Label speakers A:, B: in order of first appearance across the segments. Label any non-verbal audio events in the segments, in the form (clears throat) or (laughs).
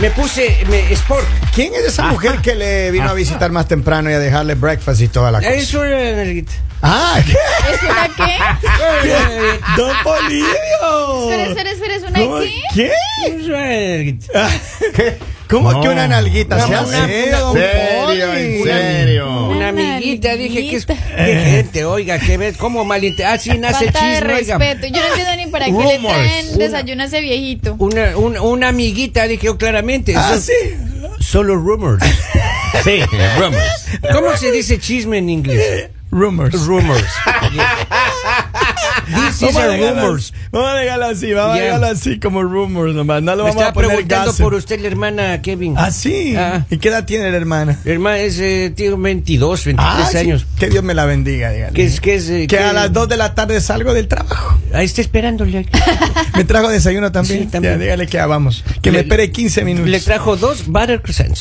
A: me puse me, Sport.
B: ¿Quién es esa mujer que le vino a visitar más temprano y a dejarle breakfast y toda la cosa?
A: Es una nalguita.
B: Ah, (laughs) ¿qué?
C: ¿Es una qué?
A: Ah.
B: Don
C: Espera,
B: Polivio.
C: espera, espera, ¿es una qué?
B: ¿Qué?
A: Es una nalguita.
B: ¿Qué? ¿Cómo
D: No.
B: que una nalguita se
A: Una-
B: hace?
A: una-
B: don
A: una-
D: serio, en
B: Poli?
D: serio.
A: Una amiguita, dije que es.
C: nalguita.
A: Qué gente, oiga, que ve cómo malinte. Ah, sí, nace el
C: Falta de
A: chisme, oiga.
C: respeto. Yo no entiendo ni para qué le
D: Rumors.
C: traen desayuno a ese viejito.
A: Una, una, una amiguita, dije yo claramente.
B: Ah,
A: Eso-
B: sí.
A: Solo rumors.
D: Sí, rumors.
A: ¿Cómo se dice chisme en inglés?
B: Rumors.
A: Rumors. This is
B: Vamos a
A: a
B: dejarlo-
A: rumors.
B: Vamos a dejarlo así, vamos
A: Bien.
B: a dejarlo así como rumors nomás. No lo
A: Me
B: vamos a
A: estaba
B: poner
A: preguntando
B: gossip.
A: por usted la hermana Kevin.
B: Ah, sí.
A: Ah.
B: ¿Y qué edad tiene la hermana? Ah,
A: La hermana es, eh, tiene 22, 23
B: sí.
A: años.
B: Que Dios me la bendiga, dígale.
A: Que es- que es, eh,
B: Que a
A: que-
B: las 2 de la tarde salgo del trabajo.
A: Ahí está esperándole. aquí.
B: Me trajo desayuno también.
A: Sí, también.
B: Ya, dígale que ya vamos. Que me
A: Le-
B: espere 15 minutos.
A: Le trajo dos butter croissants.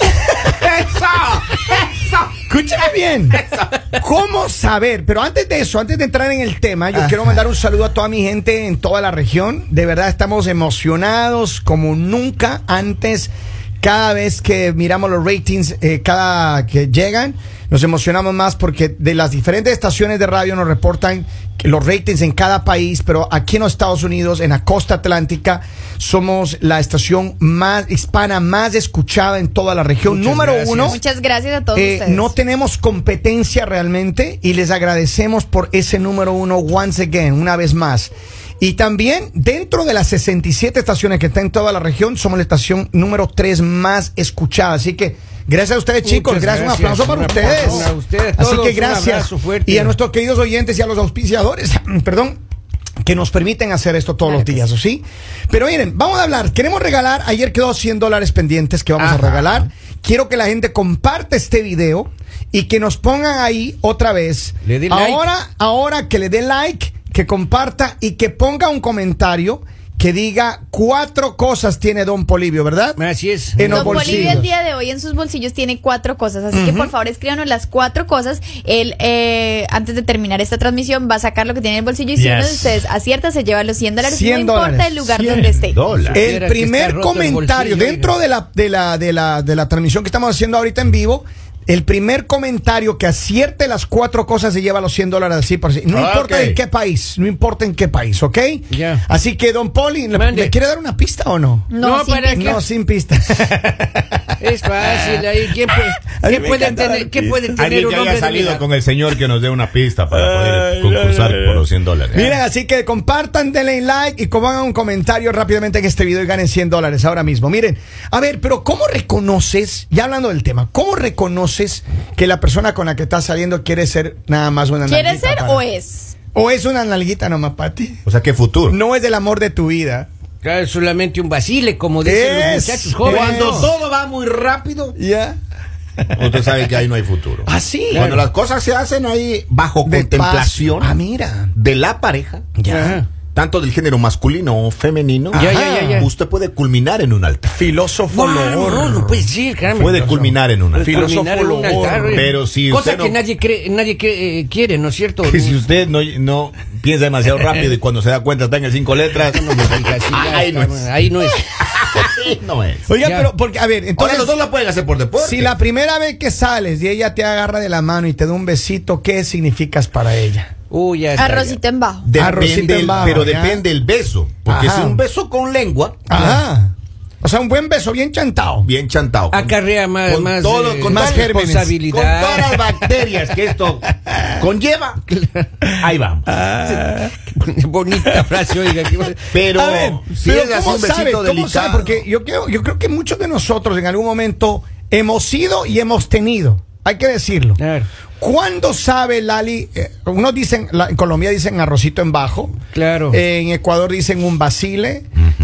B: Escúchame bien. ¿Cómo saber? Pero antes de eso, antes de entrar en el tema, yo quiero mandar un saludo a toda mi gente en toda la región. De verdad estamos emocionados como nunca antes. Cada vez que miramos los ratings, eh, cada que llegan, nos emocionamos más porque de las diferentes estaciones de radio nos reportan que los ratings en cada país, pero aquí en los Estados Unidos, en la costa atlántica, somos la estación más hispana más escuchada en toda la región.
A: Muchas
B: Número
A: gracias.
B: uno.
C: Muchas gracias a todos
B: Eh,
C: ustedes.
B: no tenemos competencia realmente y les agradecemos por ese número uno once again, una vez más. Y también dentro de las 67 estaciones que están en toda la región, somos la estación número 3 más escuchada. Así que gracias a ustedes chicos,
A: Muchas
B: gracias, un
A: gracias,
B: aplauso para
A: un
B: ustedes.
A: aplauso a ustedes
B: Así
A: todos,
B: que
A: un
B: gracias.
A: abrazo fuerte.
B: Y a nuestros queridos oyentes y a los auspiciadores, (clears throat) perdón, que nos permiten hacer esto todos los días, ¿o sí? Pero miren, vamos a hablar. Queremos regalar, ayer quedó 100 dólares pendientes que vamos a
A: Ajá.
B: regalar. Quiero que la gente comparte este video y que nos pongan ahí otra vez.
A: Le dé like.
B: ahora, ahora que le dé like, que comparta y que ponga un comentario que diga cuatro cosas tiene Don Polivio, ¿verdad?
A: Así es.
B: En los
C: Don Bolivia el
B: bolsillos.
C: día de hoy en sus bolsillos tiene cuatro cosas, así que por favor escríbanos las cuatro cosas. Él, eh, antes de terminar esta transmisión, va a sacar lo que tiene en el bolsillo y si
D: Yes.
C: uno de ustedes acierta, se lleva los 100 dólares,
B: 100
C: no importa
B: dólares,
C: el lugar
B: 100
C: donde esté.
D: Dólar.
A: Eh,
B: El
A: Supiera que está
B: primer
A: roto el
B: comentario
A: bolsillo,
B: dentro
A: oiga.
B: de la, de, la, de, la, de la transmisión que estamos haciendo ahorita en vivo, el primer comentario que acierte las cuatro cosas se lleva los 100 dólares así por así. No
D: Ah,
B: importa
D: ok.
B: en qué país, no importa en qué país, ¿ok?
A: Ya.
B: Así que, don Poli, ¿le,
A: Mande.
B: le quiere dar una pista o no?
C: No,
A: No,
C: sin
A: para
C: pista.
A: qué.
B: No, sin pista.
A: Es fácil ahí.
D: (laughs)
A: ¿Quién puede,
B: A mí
A: ¿quién
B: me
A: puede
B: encanta
A: tener,
B: dar
A: ¿qué puede tener
D: Alguien
A: un
D: que
A: hombre
D: haya
A: de mi
D: salido
A: edad?
D: con el señor que nos dé una pista para
B: Ay,
D: poder
B: ay,
D: concursar
B: ay,
D: por
B: ay.
D: los 100 dólares.
B: Miren, así que compartan, denle like y pongan un comentario rápidamente en este video y ganen 100 dólares ahora mismo. Miren, a ver, pero ¿cómo reconoces, ya hablando del tema, ¿cómo reconoces que la persona con la que estás saliendo quiere ser nada más una
C: ¿Quiere
B: nalguita
C: ser
B: para-
C: o es?
B: O es una nalguita nomás para ti.
D: O sea, qué futuro.
B: No es el amor de tu vida.
A: Claro, solamente un basile, como dicen
B: Es-
A: los muchachos jóvenes.
B: Cuando
A: No.
D: todo va muy rápido,
B: Ya.
D: usted sabe que ahí no hay futuro.
A: Ah,
B: Así.
D: Cuando las cosas se hacen ahí bajo
B: De
D: contemplación
B: paso. Ah, mira.
D: de la pareja,
A: Ajá.
D: tanto del género masculino o femenino,
A: Ya, ya, ya, ya.
D: usted puede culminar en un altar.
B: Filósofo
A: Wow, no, no puede ser, caramba.
D: Puede culminar en un altar.
B: Filósofo
A: Culminar en un
B: Lobor.
A: altar, eh.
D: Pero si
A: Cosa
D: usted no-
A: que nadie, cree, nadie cree, eh, quiere, ¿no es cierto?
D: (laughs) Que si usted no, no piensa demasiado rápido y cuando se da cuenta está en el
A: (laughs)
D: cinco letras, ahí no es.
A: Ahí no es.
D: Ahí (laughs) no es.
B: Oiga,
A: Ya.
B: pero porque, a ver,
D: Ahora
B: entonces.
D: los dos la pueden hacer por deporte.
B: Si la primera vez que sales y ella te agarra de la mano y te da un besito, ¿qué significas para ella?
A: Uy, ya está,
C: Arrocito en bajo.
B: Arrocito
D: depende,
B: en
D: el-
B: bajo,
D: pero
B: ya.
D: depende el beso, porque
B: Ajá.
D: si un beso con lengua,
B: Ajá. O sea, un buen beso, bien chantado.
D: bien chantado.
A: ya. Acarrea más,
D: con
A: más,
D: todo,
A: eh,
D: con
B: más
A: más
B: gérmenes,
D: con
A: responsabilidad.
D: todas (laughs) las bacterias que esto (laughs) conlleva, ahí vamos.
A: (laughs) Bonita frase, oiga. que-
D: Pero
B: A ver,
D: si
B: pero
D: es así
B: ¿cómo
D: un besito
B: sabe? ¿Cómo
D: delicado,
B: sabe? Porque yo creo, yo creo que muchos de nosotros en algún momento hemos sido y hemos tenido. Hay que decirlo.
A: Claro.
B: ¿Cuándo sabe, Lali? eh, unos dicen, la- en Colombia dicen arrocito en bajo.
A: Claro.
B: Eh, en Ecuador dicen un basile.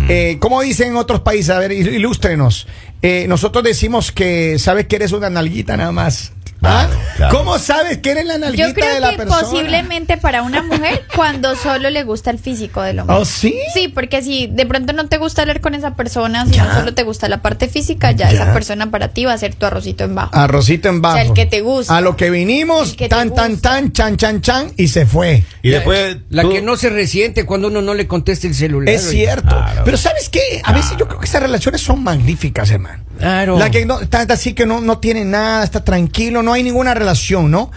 B: Eh, ¿Cómo dicen en otros países? A ver, il- ilústrenos. Eh, nosotros decimos que sabes que eres una nalguita nada más. ¿Ah?
D: Claro, claro.
B: ¿Cómo sabes que eres la nalguita
C: Yo creo
B: de la
C: que
B: persona?
C: posiblemente para una mujer cuando solo le gusta el físico del hombre.
B: ¿Oh, sí?
C: Sí, porque si de pronto no te gusta hablar con esa persona, si no solo te gusta la parte física, ya,
B: Ya.
C: esa persona para ti va a ser tu arrocito en
D: Ah,
C: bajo.
B: Arrocito en bajo.
C: O sea, el que te gusta.
B: A lo que vinimos,
C: El que te
B: tan, tan,
C: gusta.
B: tan, chan, chan, chan, y se fue.
D: Y después.
A: La
D: tú-
A: que no se resiente cuando uno no le contesta el celular.
B: Es cierto.
D: Claro.
B: Pero ¿sabes qué? A veces yo creo que esas relaciones son magníficas, hermano.
A: Claro.
B: La que no, está, está así que no, no tiene nada, está tranquilo, no hay ninguna relación, ¿no?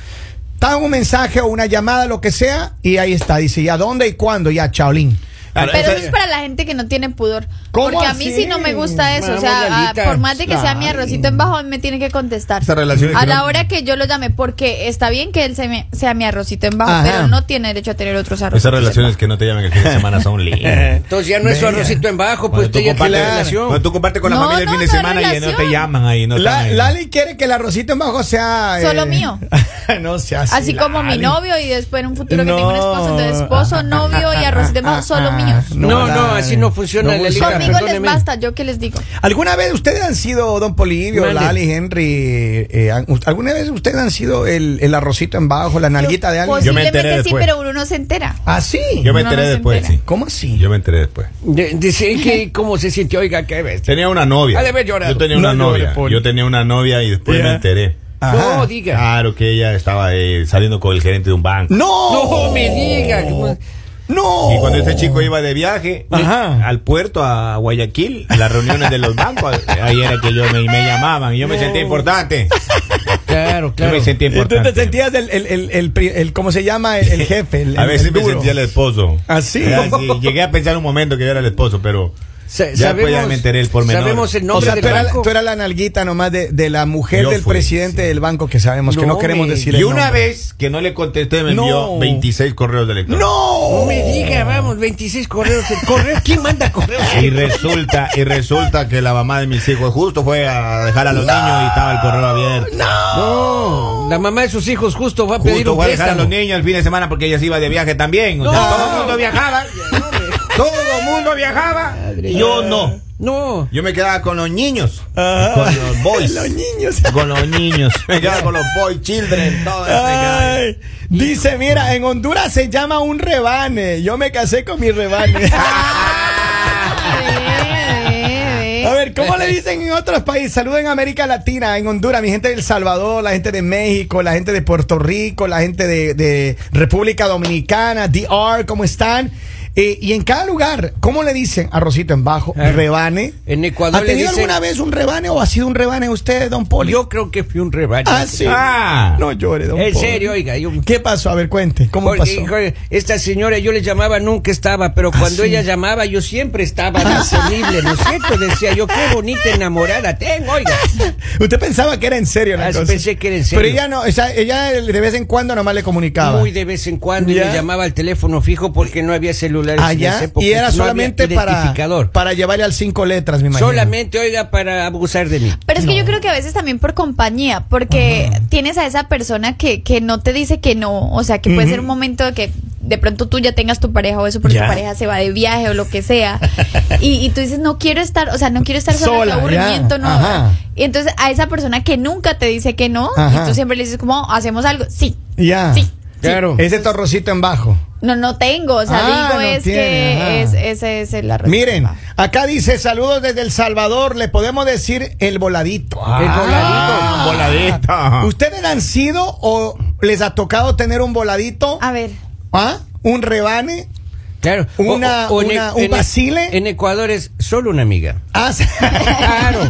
B: Está un mensaje o una llamada, lo que sea, y ahí está. Dice, ¿y a dónde y cuándo? Ya, chaolín.
D: Claro,
C: Pero
D: esa-
C: eso es para la gente que no tiene pudor.
B: ¿Cómo
C: Porque a mí
B: así?
C: sí no me gusta eso. o
A: Vamos,
C: sea, ah,
A: Lalita.
C: por más de que sea mi
B: Claro.
C: arrocito en bajo, a mí me tiene que contestar.
D: Esa relación es
C: a
D: que
C: la
D: no-
C: hora que yo lo llame, porque está bien que él se me- sea mi arrocito en bajo,
B: Ajá.
C: pero no tiene derecho a tener otros arrocitos.
D: Esas
C: en
D: relaciones que no te llaman el fin de
B: (laughs)
D: semana son lindas.
A: Entonces ya no es su
B: Venga.
A: arrocito en bajo, pues
D: Cuando
A: usted
D: tú
A: ya tiene
D: compartes-
A: relación.
D: cuando tú compartes con la
C: No,
D: familia el
C: no,
D: fin de
C: no es
D: semana y no te
C: relación.
D: llaman ahí. No
B: La-
D: están ahí.
B: Lali quiere que el arrocito en bajo sea... eh,
C: Solo mío.
B: (laughs) no sea así.
C: Así como mi
B: Lali.
C: novio y después en un futuro que
B: No.
C: tengo un esposo, entonces esposo, novio y arroz de
B: Ah,
C: más solo
D: (laughs)
B: ah,
C: míos.
B: no,
A: No, no,
B: la-
A: así no funciona
B: no
A: la liga.
C: Conmigo les
A: perdóneme.
C: basta, yo que les digo.
B: ¿Alguna vez ustedes han sido Don Polivio,
A: Mande.
B: Lali, Henry? eh, han- ¿Alguna vez ustedes han sido el, el arrocito en bajo, la nalguita de
C: pues,
B: alguien?
D: Yo me enteré
C: Posiblemente sí,
D: después.
C: pero uno no se entera.
B: ¿Así?
D: Yo me
C: No,
D: enteré
C: no se
D: después,
C: entera.
D: sí.
B: ¿Cómo así?
D: Yo me enteré después.
A: De- Dice que cómo se sintió, oiga, qué bestia.
D: Tenía una novia.
A: Ha de haber llorado.
D: Yo tenía una
B: No llore,
D: novia.
B: Poli.
D: Yo tenía una novia y después
B: Ya.
D: me enteré.
B: Ajá.
A: No diga.
D: Claro que ella estaba eh, saliendo con el gerente de un banco.
B: ¡No!
A: No me diga.
B: ¡No!
D: Y cuando este chico iba de viaje eh,
B: Ajá.
D: al puerto, a Guayaquil, a las reuniones de los bancos, eh, ahí era que yo me, me llamaban y yo me sentía importante.
A: Claro, claro.
D: Yo me sentía
B: Y tú
D: importante.
B: te sentías el, el, el, el pri- el- ¿cómo se llama? El, el jefe. El,
D: a veces
B: el
D: me
B: duro.
D: sentía el esposo.
B: ¿Ah, sí?
D: Era así, Llegué a pensar un momento que yo era el esposo, pero
A: Sa-
D: ya, pues, ya me enteré el pormenor.
A: Sabemos el
B: O
A: nombre
B: sea,
A: del
B: tú eras,
A: banco.
B: tú eras la nalguita nomás de, de la mujer
D: Yo
B: del
D: fui,
B: presidente
D: sí.
B: del banco que sabemos que
A: No
B: no queremos
A: me-
B: decir el
D: Y una
B: nombre.
D: vez que no le contesté, me envió
B: No.
D: 26 correos de electrónicos.
A: No
B: ¡No!
A: me diga, vamos, 26 correos. ¿Correos? ¿Quién manda correos?
D: (laughs) Y resulta, y resulta que la mamá de mis hijos justo fue a dejar a los niños y estaba el correo abierto.
A: No, la mamá de sus hijos justo va a pedir
D: Justo
A: un
D: fue a dejar a los
A: préstamo.
D: niños el fin de semana porque ella se iba de viaje también. O sea, todo el mundo viajaba. Todo el mundo viajaba. Y yo no.
A: No,
D: Yo me quedaba con los niños.
B: Ah.
D: Con los boys.
B: Los niños.
D: Con los niños. Me quedaba con los boys, children, todo eso. me quedaba ahí.
B: Ay, dice, mira, en Honduras se llama un rebane. Yo me casé con
A: (laughs)
B: mi rebane.
A: Ah,
B: Ah.
A: eh.
C: Ve, ve,
B: A (laughs)
C: ve.
B: ver, ¿cómo le dicen en otros países? Saluden a América Latina, en Honduras, mi gente de El Salvador, la gente de México, la gente de Puerto Rico, la gente de, de República Dominicana, DR, ¿cómo están? Eh, y en cada lugar, ¿cómo le dicen arrocito en bajo?
A: Ah.
B: ¿Rebane?
A: En Ecuador
B: ¿Ha
A: le
B: tenido
A: dicen-
B: alguna vez un rebane o ha sido un rebane usted, don Poli?
A: yo creo que fui un rebate. (laughs)
B: Ah, sí.
D: Ah.
B: No llore, don
A: En
B: Poli.
A: serio, oiga, yo...
B: ¿Qué pasó? A ver, cuente, ¿cómo
A: Porque,
B: pasó? ¿Ah,
A: hijo, esta señora yo le llamaba, nunca estaba, pero cuando
B: sí.
A: ella llamaba yo siempre estaba disponible, ¿no es cierto? Decía yo, qué bonita enamorada tengo, oiga.
B: Usted pensaba que era en serio la
A: Ah,
B: cosa.
A: pensé que era en serio.
B: Pero ella no, o sea, ella de vez en cuando nomás le comunicaba.
A: Muy de vez en cuando y
B: Ya.
A: le llamaba al teléfono fijo porque no había celulares en esa
B: allá
A: época,
B: y era
A: no había
B: solamente para,
A: identificador.
B: para llevarle al cinco letras, me imagino.
A: solamente, oiga, para abusar de mí.
C: Pero es que yo creo que a veces también por compañía, porque tienes a esa persona que, que no te dice que no, o sea, que puede ser un momento de que de pronto tú ya tengas tu pareja o eso, porque
B: Ya.
C: tu pareja se va de viaje o lo que sea,
B: (laughs)
C: y, y tú dices, no quiero estar, o sea, no quiero estar sola, qué
B: Sola, ya.
C: aburrimiento, no.
B: Ajá.
C: Y entonces a esa persona que nunca te dice que no,
B: Ajá.
C: y tú siempre le dices, como, hacemos algo, sí,
B: Ya.
C: sí.
A: Claro.
B: Ese torrocito en bajo.
C: No, no tengo, o sea,
B: Ah, no
C: digo es
B: tiene, ajá.
C: que es, ese es el arroz.
B: Miren, acá dice saludos desde El Salvador, le podemos decir el voladito.
A: El
D: Ah, voladita.
B: ¿Ustedes han sido o les ha tocado tener un voladito?
C: A ver.
B: ¿Ah? ¿Un rebane?
A: Claro.
B: Una- una- un vacile.
A: e- En Ecuador es solo una amiga.
B: Ah, sí.
C: (laughs)
A: Claro.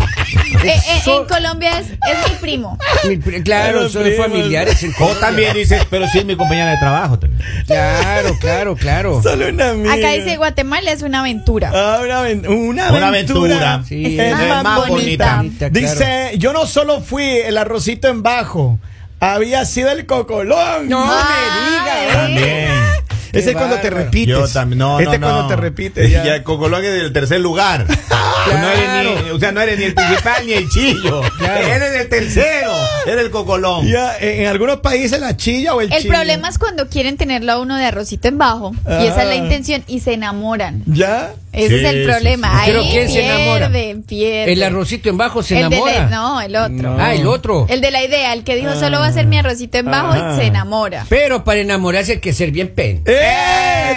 C: Eh, eh,
A: So-
C: en Colombia es, es mi primo.
A: Mi pri- claro,
B: Pero
A: son
B: primo,
A: familiares. en
D: O
A: Colombia.
D: también dices, pero sí es mi compañera de trabajo también.
A: Claro, claro, claro.
B: Solo una amiga.
C: Acá dice Guatemala es una aventura.
B: Ah, una, aven- una
D: Una
B: aventura.
D: aventura.
A: Sí,
B: es,
A: es
B: más,
D: más
B: bonita.
A: bonita.
B: Dice, yo no solo fui el arrocito en bajo, había sido el cocolón.
A: No
C: Ah,
A: me diga.
C: eh.
D: También.
B: Ese es
A: Qué
B: cuando te
A: bárbaro.
B: repites.
D: Yo también. No,
B: este
D: no,
B: es cuando
D: (laughs) no.
B: te repites. ya.
D: Ya, Cocoloac es del tercer lugar. Pues No eres ni, o sea, no eres ni el principal ni el chillo.
A: Claro.
D: Eres el tercero. Eres el cocolón.
B: Ya, eh, en en algunos países la chilla o el
C: El
B: chillo.
C: problema es cuando quieren tenerlo a uno de arrocito en bajo. Y esa es la intención. Y se enamoran.
B: ¿Ya?
C: Ese es el problema.
A: sí. Pero
C: Ahí
A: ¿quién se enamora?
C: pierden, pierden.
A: El arrocito en bajo se
C: El de la-
A: enamora.
C: no, el otro.
A: Ah, el otro.
C: El de la idea, el que dijo solo va a ser mi arrocito en bajo
B: Ah.
C: y se enamora.
A: Pero para enamorarse hay que ser bien pen.
B: ¡Eh!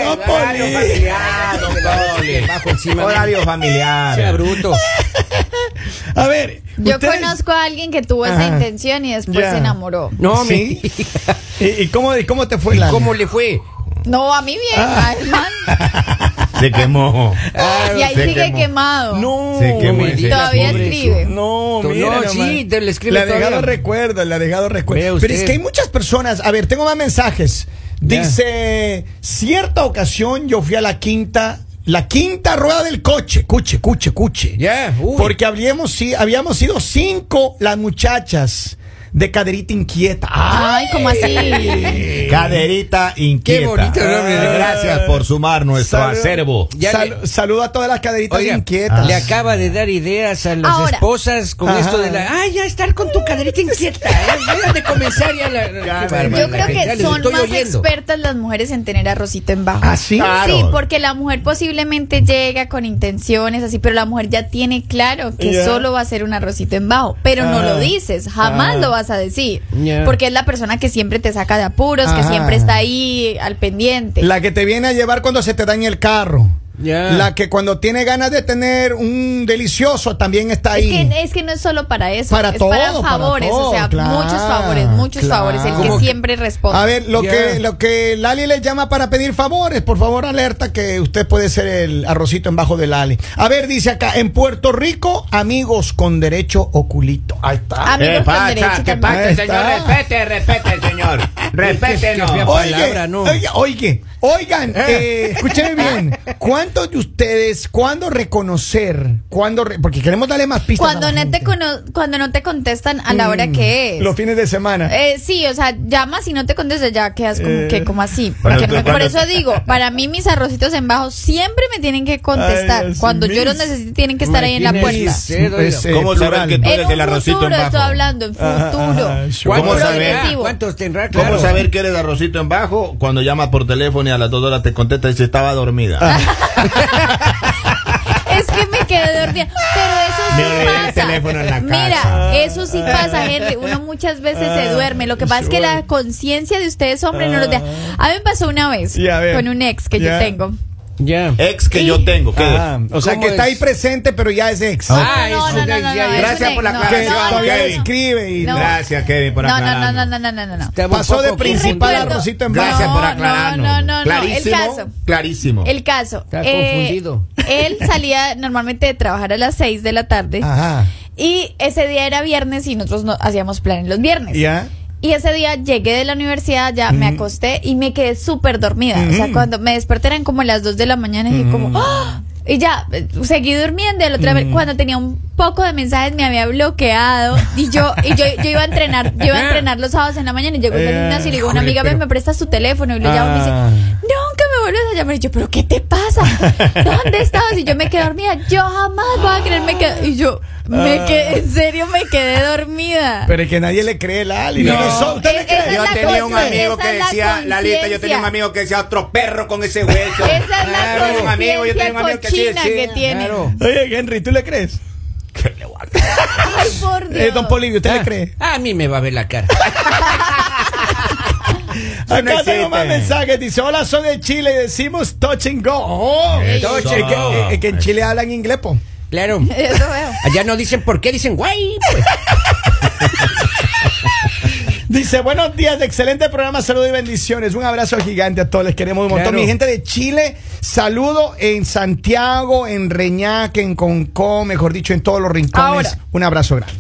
B: ¡Don
D: Horario
B: Poli!
D: familiar,
B: (laughs)
D: don Poli.
A: Bajo encima.
D: Horario
A: Sea
D: familiar.
A: bruto.
B: A ver.
C: Yo
B: ustedes-
C: conozco a alguien que tuvo
B: Ajá.
C: esa intención y después
B: Ya.
C: se enamoró.
A: No,
B: ¿Sí?
A: mi-
B: ¿Y, y cómo, y cómo te fue la.?
A: ¿Cómo le fue?
C: No, a mí bien, al man.
D: Se quemó.
C: y ahí
D: se
C: sigue
D: quemó.
C: quemado.
B: No.
D: Se quemó.
A: Uy,
D: ese.
C: Todavía
A: pobre
C: escribe.
B: No,
A: No,
B: mira nomás.
A: sí, te- le escribe
B: Le ha dejado
A: todavía.
B: recuerdo, le ha dejado
A: Vea
B: recuerdo.
A: usted.
B: Pero es que hay muchas personas. A ver, tengo más mensajes.
A: Ya.
B: Dice, cierta ocasión yo fui a la quinta, la quinta rueda del coche. Cuche, cuche, cuche.
A: Ya, uy.
B: Porque habríamos, si- habíamos sido cinco las muchachas de caderita inquieta.
A: Ah,
B: Ah,
C: Ay, ¿cómo así?
D: Caderita inquieta.
A: Qué bonito nombre, ¿no?
D: Gracias por sumar nuestro
B: Salud.
D: acervo.
A: Ya
B: Sal-
A: le-
B: Saludo a todas las caderitas
A: Oiga,
B: inquietas.
A: le acaba de dar ideas a las
C: Ahora.
A: esposas con
B: Ajá.
A: esto de la. Ay, ya estar con tu caderita inquieta. ¿eh? Debes de comenzar ya la. la- qué
C: Yo
A: barbaridad,
C: creo
A: ya
C: que
A: les
C: son
A: estoy
C: más
A: oyendo.
C: expertas las mujeres en tener arrocito en bajo.
B: ¿Ah, sí?
D: Claro.
C: Sí, porque la mujer posiblemente llega con intenciones así, pero la mujer ya tiene claro que
B: Ya.
C: solo va a ser un arrocito en bajo, pero
B: Ah.
C: no lo dices, jamás
B: Ah.
C: lo vas a decir,
A: Ya.
C: porque es la persona que siempre te saca de apuros, que
B: Ajá.
C: siempre está ahí al pendiente.
B: La que te viene a llevar cuando se te daña el carro.
A: Ya.
B: La que cuando tiene ganas de tener un delicioso también está
C: es
B: ahí.
C: que, es que no es solo para eso,
B: Para
C: es
B: todo,
C: para
B: para
C: favores,
B: todo,
C: o sea,
B: claro,
C: muchos favores, muchos
B: claro.
C: favores, el
A: Como
C: que
A: que-
C: siempre responde.
B: A ver, lo,
A: Ya.
B: que, lo que Lali le llama para pedir favores, por favor alerta que usted puede ser el arrocito en bajo de Lali. A ver, dice acá, en Puerto Rico, amigos con derecho oculito. Ahí está.
C: A mí- Amigos con derecho
D: ¿Qué
C: también.
D: pasa,
B: Ahí
D: señor?
C: Ah.
B: está.
D: Respete, respete, señor.
A: qué
D: Respétenos.
A: fea-
B: Oye,
A: palabra, no.
B: oye, oye, oigan, eh,
A: (laughs)
B: escúchenme bien. ¿Cuántos de ustedes, cuándo reconocer, cuándo, re- porque queremos darle más pistas? a
C: cuando,
B: la
C: no te
B: gente.
C: cono- cuando no te contestan a la hora que es.
B: Mm. Los fines de semana.
C: Eh, sí, o sea, llamas y no te contestas, ya quedas como
B: Eh.
C: que como así.
D: Bueno,
C: Porque
D: tú-
C: no- por
D: cuando-
C: eso digo, para mí mis arrocitos en bajo siempre me tienen que contestar.
B: Ay, Dios
C: cuando yo
B: mío.
C: los necesite tienen que estar ahí en la
A: Imagínese.
C: puerta.
A: Sí, doy-
D: ¿Cómo saber
B: plural.
D: que tú-
C: En
D: eres
C: un
D: el arrocito
C: futuro
D: en bajo.
C: estoy hablando, en
B: Ajá,
C: futuro.
B: ajá,
A: ¿Cuántos
B: sure.
D: ¿Cómo saber?
A: tendrá?
C: Progresivo.
A: ¿Cuántos tendrá?
D: ¿Cómo
A: Claro.
D: saber que eres arrocito en bajo? Cuando llamas por teléfono y a las dos horas te contesta y se estaba dormida.
C: (laughs) Es que me quedé dormida. Pero eso sí
D: Me olvidé el
C: pasa.
D: teléfono en la
C: Mira,
D: casa.
C: eso sí pasa, gente. Uno muchas veces se duerme. Lo que pasa es que la conciencia de ustedes, hombres, no los deja. A mí me pasó una vez
B: Ya, Ah. a ver.
C: con un ex que
B: Ya.
C: yo tengo.
A: Ya.
D: Ex que yo tengo. ¿qué?
B: Ah, o sea,
A: ¿Cómo
B: que está
A: es?
B: ahí presente, pero ya es ex.
A: Ah,
C: no,
A: eso,
C: no, no,
A: ya,
C: no, no,
A: ya,
C: no,
A: ya.
C: es
D: Gracias
C: un
D: por la
C: ex,
B: que
D: aclaración,
C: no, no,
B: todavía
C: no,
B: le
D: Kevin.
C: no.
B: escribe y
C: No.
D: Gracias, Kevin, por
C: No, no, no,
D: aclararnos.
C: no, no, no, no, no, no.
A: Estamos
B: Pasó de
A: poco
B: principal
A: confundidos.
B: a arrocito en
D: Gracias
B: bajo.
D: por
C: No,
D: aclararnos.
C: no, no, no, no, el
D: Clarísimo.
C: caso.
D: Clarísimo.
C: El caso.
A: Está
C: eh,
A: confundido.
C: Él salía normalmente de trabajar a las 6 de la tarde
B: Ajá.
C: y ese día era viernes y nosotros no hacíamos planes los viernes.
B: Ya.
C: Y ese día llegué de la universidad, ya me acosté y me quedé súper dormida. O sea, cuando me desperté eran como las 2 de la mañana y dije como... ¡Ah! Y ya, eh, seguí durmiendo. El otra vez, cuando tenía un poco de mensajes, me había bloqueado. Y yo, y yo, yo iba a entrenar, yo iba a entrenar los sábados en la mañana y llegó al
B: Eh,
C: gimnasio y le digo a una
B: híjole,
C: amiga, ven,
B: pero-
C: me prestas tu teléfono. Y lo llamo y me dice,
B: Ah.
C: nunca me vuelves a llamar. Y yo, ¿pero qué te pasa? ¿Dónde estabas? Y yo me quedé dormida. Yo jamás voy a creerme que. Y yo,
B: Ah.
C: me quedé, en serio, me quedé dormida.
B: Pero es que nadie le cree la Ali.
D: No.
B: No. nosotros- ¿Usted le
C: Eh, esa
B: cree?
C: es
D: Yo
C: la
D: tenía un
C: cosa,
D: amigo
C: esa
D: que
C: es la
D: decía, Lalita, yo tenía un
C: conciencia.
D: amigo que decía otro perro con ese hueso.
C: Esa es la
D: Claro, yo tenía un amigo, yo tenía un amigo que
C: conciencia
D: decía,
C: cochina que
D: sí,
C: tiene.
A: Claro.
B: Oye, Henry, ¿tú le crees?
C: Ay, por Dios.
B: Eh, don Polivio, ¿usted
D: Ah.
B: le cree?
A: Ah, A mí me va a ver la cara.
B: Acá
D: no
B: tengo
D: existe.
B: más mensajes. Dice, hola, soy de Chile y decimos touch and go. Oh,
D: Eso.
B: touch and go. Eh, eh, que en Chile hablan inglés, po.
C: (laughs)
A: Claro.
C: Eso veo.
A: Allá no dicen por qué, dicen guay. Pues.
B: Dice, buenos días, excelente programa, saludos y bendiciones. Un abrazo gigante a todos, les queremos un montón.
A: Claro.
B: Mi gente de Chile, saludo en Santiago, en Reñaca, en Concón, mejor dicho, en todos los rincones.
C: Ahora.
B: Un abrazo grande.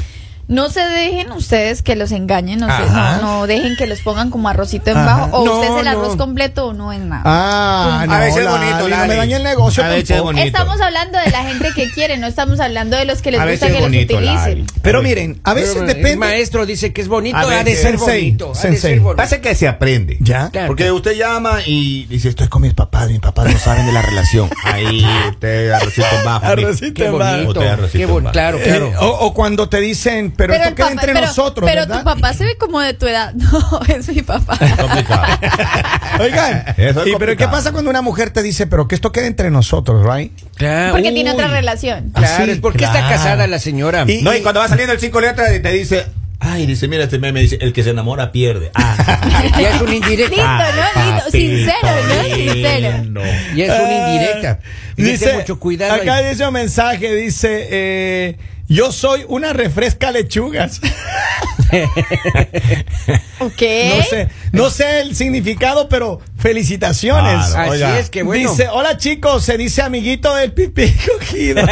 C: No se dejen ustedes que los engañen, no, se-
D: Ajá.
C: no, no dejen que los pongan como arrocito en
B: Ajá.
C: bajo, o
B: No,
C: usted es el
B: no.
C: arroz completo o no es nada.
B: Ah, no,
D: a veces es
B: Lali,
D: bonito,
B: no me
D: Lali.
B: dañe el negocio.
D: A veces es
B: tampoco.
D: bonito.
C: Estamos hablando de la gente que quiere, no estamos hablando de los que les
D: a
C: gusta
D: veces
C: que
D: es bonito,
C: los utilicen.
D: Lali.
B: Pero miren, a veces
A: Pero,
B: depende.
A: El maestro dice que es bonito,
D: A
A: ha de
D: veces.
A: ser
B: Sensei,
A: bonito. ha de
B: sensei.
A: ser bonito.
D: Pasa que se aprende.
B: Ya.
A: Claro.
D: Porque usted llama y dice, estoy con mis papás, mis papás no saben de la relación. (laughs) Ahí, usted arrocito en bajo. mire.
B: Arrocito
A: Qué
B: en bajo.
A: bonito.
D: Usted arrocito
A: qué
D: en
A: bon-
D: bajo.
A: claro,
B: Eh,
A: claro.
C: oh.
B: o, o cuando te dicen, pero,
C: el
B: esto queda
C: papá-
B: entre
C: pero-
B: nosotros,
C: pero
B: ¿verdad?
C: tu papá se ve como de tu edad. (laughs) No, es mi papá.
D: Complicado.
B: Oigan,
D: Eso es
B: y, pero ¿qué
D: complicado.
B: pasa cuando una mujer te dice, pero que esto quede entre nosotros, right?
A: Claro,
C: Porque
A: uy.
C: tiene otra relación.
A: Claro,
B: Así,
A: es porque está
D: claro.
A: casada la señora.
B: Y-
D: No, y cuando va saliendo el cinco letras y te dice, ay, dice, mira este meme, dice, el que se enamora pierde. Ah, (laughs)
A: Ya es una indirecta.
C: Lindo, ¿no? Lindo.
D: papito
C: Sincero, ¿no? Sincero.
D: lindo.
A: Y es una indirecta. Y
B: Ah, Eh, Dice,
A: dice mucho cuidado.
B: acá
A: ahí.
B: dice un mensaje, dice, eh, yo soy una refresca lechugas. (laughs)
C: Ok.
A: ¿Eh?
B: No sé, no sé el significado, pero felicitaciones.
D: Claro.
A: Así
D: Oiga.
A: es que bueno.
B: Dice, hola chicos, se dice amiguito del pipí (laughs)
A: (laughs)
B: cogido.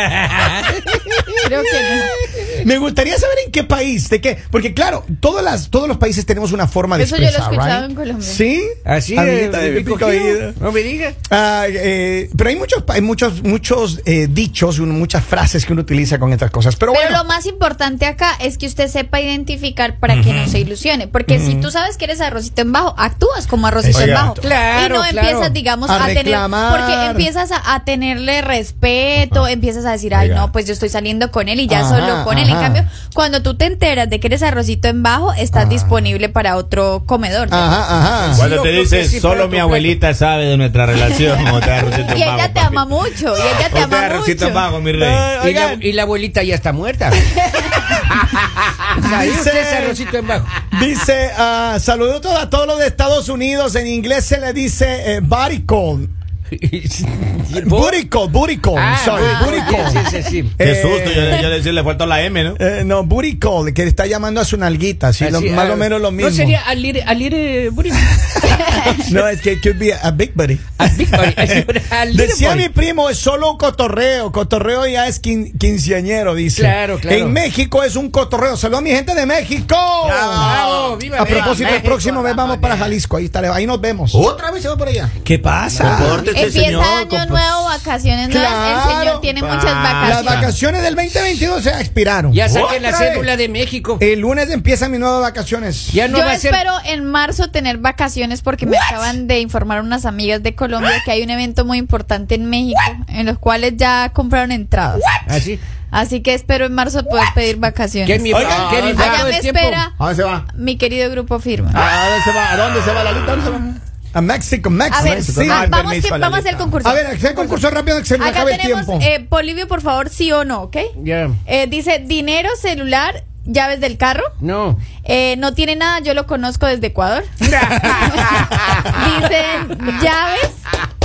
C: Creo que
B: Me gustaría saber en qué país, de qué, porque claro, todas las, todos los países tenemos una forma de
C: Eso yo lo he
B: expresar,
C: escuchado
B: right?
C: en Colombia.
B: Sí,
A: Así
B: Amiguita
A: de-
B: de
A: de
B: pico
A: cogido.
B: oído.
A: No me digas.
B: Ah, eh, pero hay muchos, hay muchos, muchos eh, dichos, uno- muchas frases que uno utiliza con estas cosas. Pero,
C: Pero
B: bueno,
C: lo más importante acá es que usted sepa identificar para que no se ilusione. Porque si tú sabes que eres arrocito en bajo, actúas como arrocito en
B: Exacto.
C: bajo.
A: Claro,
C: y no
A: claro.
C: empiezas, digamos,
B: A
C: a, tener.
B: reclamar.
C: Porque empiezas a, a tenerle respeto, empiezas a decir, ay,
D: Oiga.
C: no, pues yo estoy saliendo con él y ya
B: Ajá,
C: solo con él. En
B: ajá.
C: cambio, cuando tú te enteras de que eres arrocito en bajo,
D: Ah.
C: estás disponible para otro comedor.
B: Ah. ajá, ajá.
A: Sí,
D: Cuando
A: yo
D: te
A: creo que
D: dicen,
A: sí, pero
D: solo
A: tu
D: mi
A: plato".
D: abuelita sabe de nuestra (laughs) relación. o te arrocito
C: Y
D: en bajo,
C: ella te
D: papi.
C: ama mucho, y ella te
D: Usted
C: ama
D: arrocito en
C: mucho.
D: bajo, mi rey.
B: Ay,
A: Y la,
B: Oigan.
A: y la abuelita ya está muerta.
B: (laughs)
A: O sea, ahí
B: Dice-
A: usted es arrocito en bajo. (laughs)
B: Dice, ah, saludos a todos los de Estados Unidos. En inglés se le dice eh, body call.
A: Y el bo-
B: Booty call, booty call.
A: Ah,
B: sorry,
A: bueno,
B: booty
A: sí,
B: call.
A: sí, sí, sí.
D: Qué
B: Eh,
D: susto, yo, yo le, le faltó la M, ¿no?
B: Eh, no, booty call, que está llamando a su nalguita, así, lo-
A: Así,
B: más
A: ah,
B: o menos lo mismo.
A: No sería alir, alir bonito.
B: (laughs) No, es que it could be a, a big buddy. (laughs) Decía
A: pues.
B: mi primo, es solo un cotorreo. Cotorreo ya es quin- quinceañero, dice.
A: Claro, claro.
B: En México es un cotorreo. Saludos a mi gente de México.
A: Bravo, viva
B: a propósito, el
A: México, Oh,
B: próximo mes vamos
A: vamos,
B: para Jalisco. Ahí, estaré, ahí nos vemos. Ah,
D: Otra vez se va por allá.
B: ¿Qué pasa?
D: Compórtese,
C: Empieza
D: señor,
C: año
D: compor-
C: nuevo, vacaciones nuevas. el
B: pues, Claro.
C: señor tiene muchas
D: Las
B: Las
C: vacaciones.
B: vacaciones del 2022 se expiraron.
A: Ya saquen la
D: Otra vez.
A: cédula de México.
B: El lunes empiezan mis nuevas vacaciones.
A: Ya no
C: Yo
A: va a ser.
C: espero en marzo tener vacaciones porque me acaban de informar unas amigas de Colombia que hay un evento muy importante en México en los cuales ya compraron entradas.
A: Así.
C: Así que espero en marzo poder pedir vacaciones.
A: Que mi
D: Oigan,
A: que mi
C: Allá
A: barco
C: me
A: del tiempo.
C: espera
D: ¿A dónde se va?
C: mi querido grupo firma.
D: ¿A dónde se va? ¿A dónde se va la lista? ¿A dónde se va?
B: A México, México.
C: A ver,
B: sí.
C: ah, vamos,
D: permiso
C: que-
D: a la
C: vamos a hacer el
D: lista.
C: concurso.
B: A ver, haz el concurso rápido que se me
C: Acá
B: acabe el
C: tenemos,
B: tiempo.
C: eh, Polivio, por favor, sí o no, ¿ok?
A: Ya.
C: Eh, dice dinero, celular, llaves del carro.
A: No.
C: Eh, no tiene nada, yo lo conozco desde Ecuador. Dicen llaves,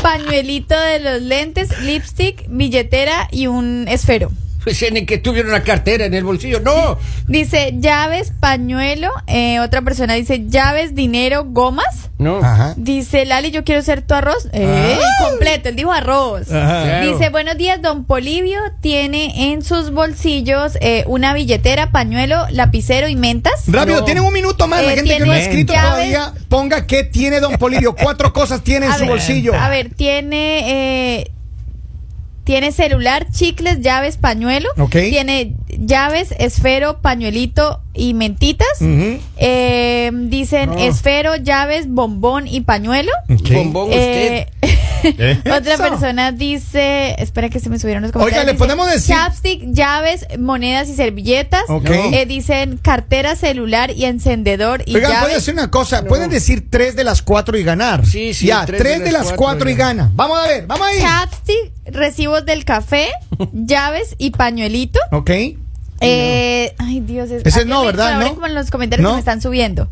C: pañuelito de los lentes, lipstick, billetera y un esfero.
A: Pues en el que tuvieron la cartera en el bolsillo. No.
C: Dice llaves, pañuelo. eh, otra persona dice llaves, dinero, gomas.
A: No.
B: Ajá.
C: Dice Lali, yo quiero ser tu arroz. Eh, completo, él dijo arroz.
B: Ajá.
A: Claro.
C: Dice, buenos días, don Polivio tiene en sus bolsillos eh, una billetera, pañuelo, lapicero y mentas.
B: Rápido,
A: No.
B: tienen un minuto más. La
C: Eh,
B: gente que no ha
C: tiene
B: escrito
C: llaves.
B: todavía, ponga qué tiene Don
C: (laughs)
B: Polivio. Cuatro cosas tiene en
C: A
B: su
C: ver,
B: bolsillo.
C: A ver, tiene eh, tiene celular, chicles, llaves, pañuelo.
B: Ok.
C: Tiene llaves, esfero, pañuelito y mentitas.
B: Ujú.
C: Eh, dicen
A: No.
C: esfero, llaves, bombón y pañuelo.
B: Ok.
A: Bombón
C: Eh, (laughs)
D: ¿Eh?
C: Otra
B: Mm. Eso.
C: persona dice, espera que se me subieron los comentarios.
B: Oiga, ¿le
C: dice,
B: podemos decir?
C: Chapstick, llaves, monedas y servilletas.
B: Ok.
C: Eh, dicen cartera, celular y encendedor y
B: Oigan, voy a
C: llaves.
B: decir una cosa. Pueden decir tres de las cuatro y ganar.
A: Sí, sí,
B: Ya, tres, de las cuatro, y
A: ya.
B: gana. Vamos a ver, vamos ahí.
C: Chapstick, recibos
B: (laughs)
C: del café, llaves y pañuelito.
B: Ok.
C: Eh, ay, Dios. es-
B: Ese
C: aquí
B: no,
C: me
B: ¿verdad?
C: colaboren
B: ¿No?
C: con los comentarios
B: ¿No?
C: que me están subiendo.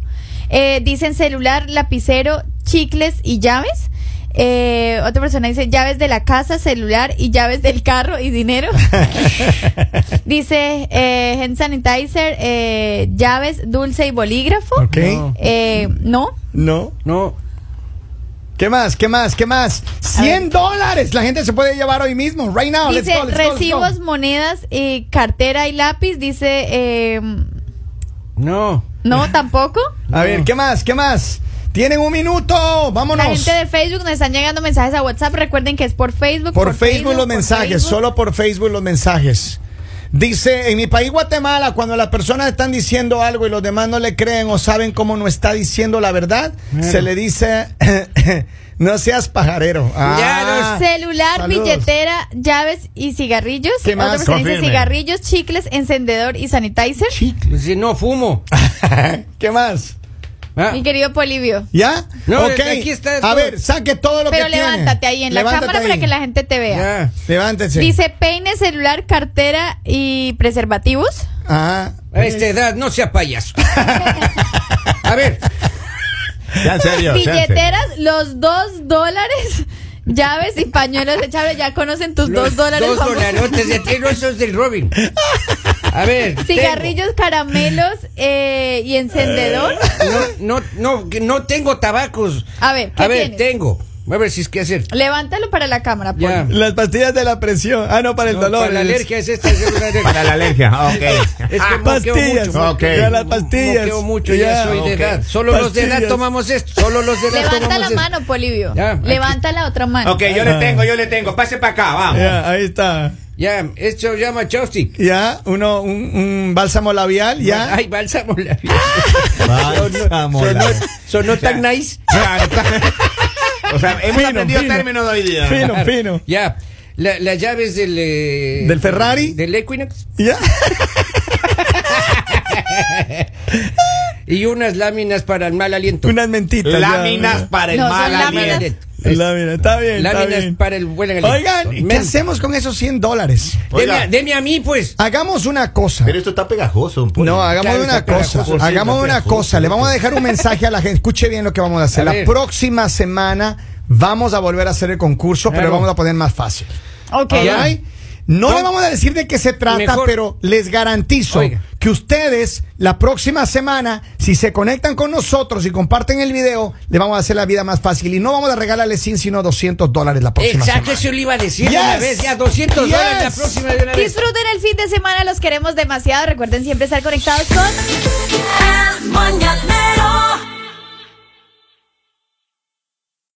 C: Eh, dicen celular, lapicero, chicles y llaves. Eh, otra persona dice llaves de la casa, celular y llaves del carro
B: (laughs)
C: y dinero. dice eh, hand sanitizer, eh, llaves, dulce y bolígrafo.
B: Ok.
A: No.
C: Eh, no.
B: No.
A: No.
B: ¿Qué más? ¿Qué más? ¿Qué más? 100 dólares. La gente se puede llevar hoy mismo. Right now.
C: Dice
B: let's go, let's go, let's go.
C: recibos, monedas, eh, cartera y lápiz. Dice eh,
A: No.
C: No, tampoco.
B: A ver, ¿qué más? ¿Qué más? Tienen un minuto, vámonos.
C: La gente de Facebook nos están llegando mensajes a WhatsApp. Recuerden que es por Facebook.
B: Por, Facebook, los
C: por
B: mensajes,
C: Facebook.
B: solo por Facebook los mensajes. Dice, en mi país Guatemala, cuando las personas están diciendo algo y los demás no le creen o saben cómo no está diciendo la verdad, se le dice, (laughs) no seas pajarero. Ah,
C: Celular,
B: saludos.
C: billetera, llaves y cigarrillos.
B: ¿Qué
C: Otra
B: más?
C: persona dice
D: Confirme.
C: cigarrillos, chicles, encendedor y sanitizer.
A: Pues Si no fumo.
B: (laughs) ¿Qué más?
A: Ah,
C: Mi querido Polivio.
B: ¿Ya?
A: No,
B: Ok.
A: aquí está
B: A
A: todo.
B: ver, saque todo lo
C: Pero
B: que tiene.
C: levántate ahí en la
B: Levántate
C: cámara para
B: ahí.
C: que la gente te vea.
A: ya.
B: Levántese.
C: Dice peine, celular, cartera y preservativos.
B: Ah.
A: A esta edad no sea
B: (laughs)
A: payaso. A ver,
D: Ya en serio. ya en serio.
C: Billeteras, los dos dólares, (laughs) llaves y pañuelos de Chávez. Ya conocen tus
A: los
C: dos dólares.
A: Dos
C: famosos.
A: dolarotes de tiro, esos del Robin. A ver. tengo.
C: Cigarrillos, caramelos eh, y encendedor.
A: Eh. No, no, no, que no tengo tabacos.
C: A ver, Ah, ¿qué
A: A ver,
C: tienes?
A: tengo. A ver si es que hacer.
B: Ah,
C: Levántalo para la cámara, por
A: Ya.
B: Las pastillas de la presión. Ah, no, para el
A: No,
B: dolor.
A: para la
B: El-
A: alergia es esta. Es una alergia.
D: Para la alergia. ah, Ok.
A: Es que moqueo
B: pastillas.
A: mucho,
D: Ok.
A: moqueo.
B: Ya las pastillas.
A: Moqueo mucho, ya,
B: Ya,
A: soy
D: ok.
A: de edad. Solo los de edad
B: Pastillas.
A: tomamos esto. Solo los de edad
C: Levanta
A: tomamos
C: la
A: esto.
C: mano, Polivio.
A: Ya, aquí.
C: Levanta la otra mano.
D: Ok, yo le tengo, yo le tengo. Pase para acá, vamos.
B: Ya, ahí está.
A: Ya, esto se llama chopstick.
B: Ya, uno, un, un bálsamo labial, ya.
A: Ay, bálsamo la
D: Bálsamo
A: Sonó,
D: labial.
B: (laughs)
A: sonó tan nice.
D: Claro, (laughs) está- O sea, hemos
B: Fino,
D: aprendido
B: fino.
D: términos de hoy día.
B: Fino, fino.
A: Ya. La- las llaves del. eh,
B: ¿Del Ferrari?
A: Del Equinox.
B: Ya. (laughs)
A: Y unas láminas para el mal aliento.
B: Unas mentitas. ya.
D: Láminas para el
C: No, son
D: mal
C: láminas.
D: aliento.
B: Láminas, está bien. está
A: Láminas
B: bien.
A: para el buen aliento.
B: Oigan, ¿y ¿qué
A: Men.
B: hacemos con esos 100 dólares?
A: Deme, a-
D: Oiga.
A: deme a mí, pues.
B: Hagamos una cosa.
E: Pero esto está pegajoso. Poli.
B: No, hagamos
A: Claro,
B: una
A: está pegajoso,
B: cosa.
E: sí,
B: Hagamos
E: está
B: una
E: pegajoso.
B: cosa. Le vamos a dejar un mensaje a la gente. Escuche bien lo que vamos a hacer.
A: A
B: la
A: ver.
B: próxima semana vamos a volver a hacer el concurso, pero
A: Claro.
B: lo vamos a poner más fácil.
C: Ok.
A: Ya.
B: ¿Alright? No,
A: No.
B: le vamos a decir de qué se trata,
A: Mejor.
B: pero les garantizo
A: Oiga.
B: que ustedes la próxima semana, si se conectan con nosotros y comparten el video, le vamos a hacer la vida más fácil. Y no vamos a regalarle 100, sino 200 dólares la próxima
A: Exacto,
B: semana.
A: eso le iba a decir de una
B: Yes.
A: vez. Ya, 200 dólares la
B: Yes.
A: próxima de una vez.
C: Disfruten el fin de semana, los queremos demasiado. Recuerden siempre estar conectados con.
F: El mañanero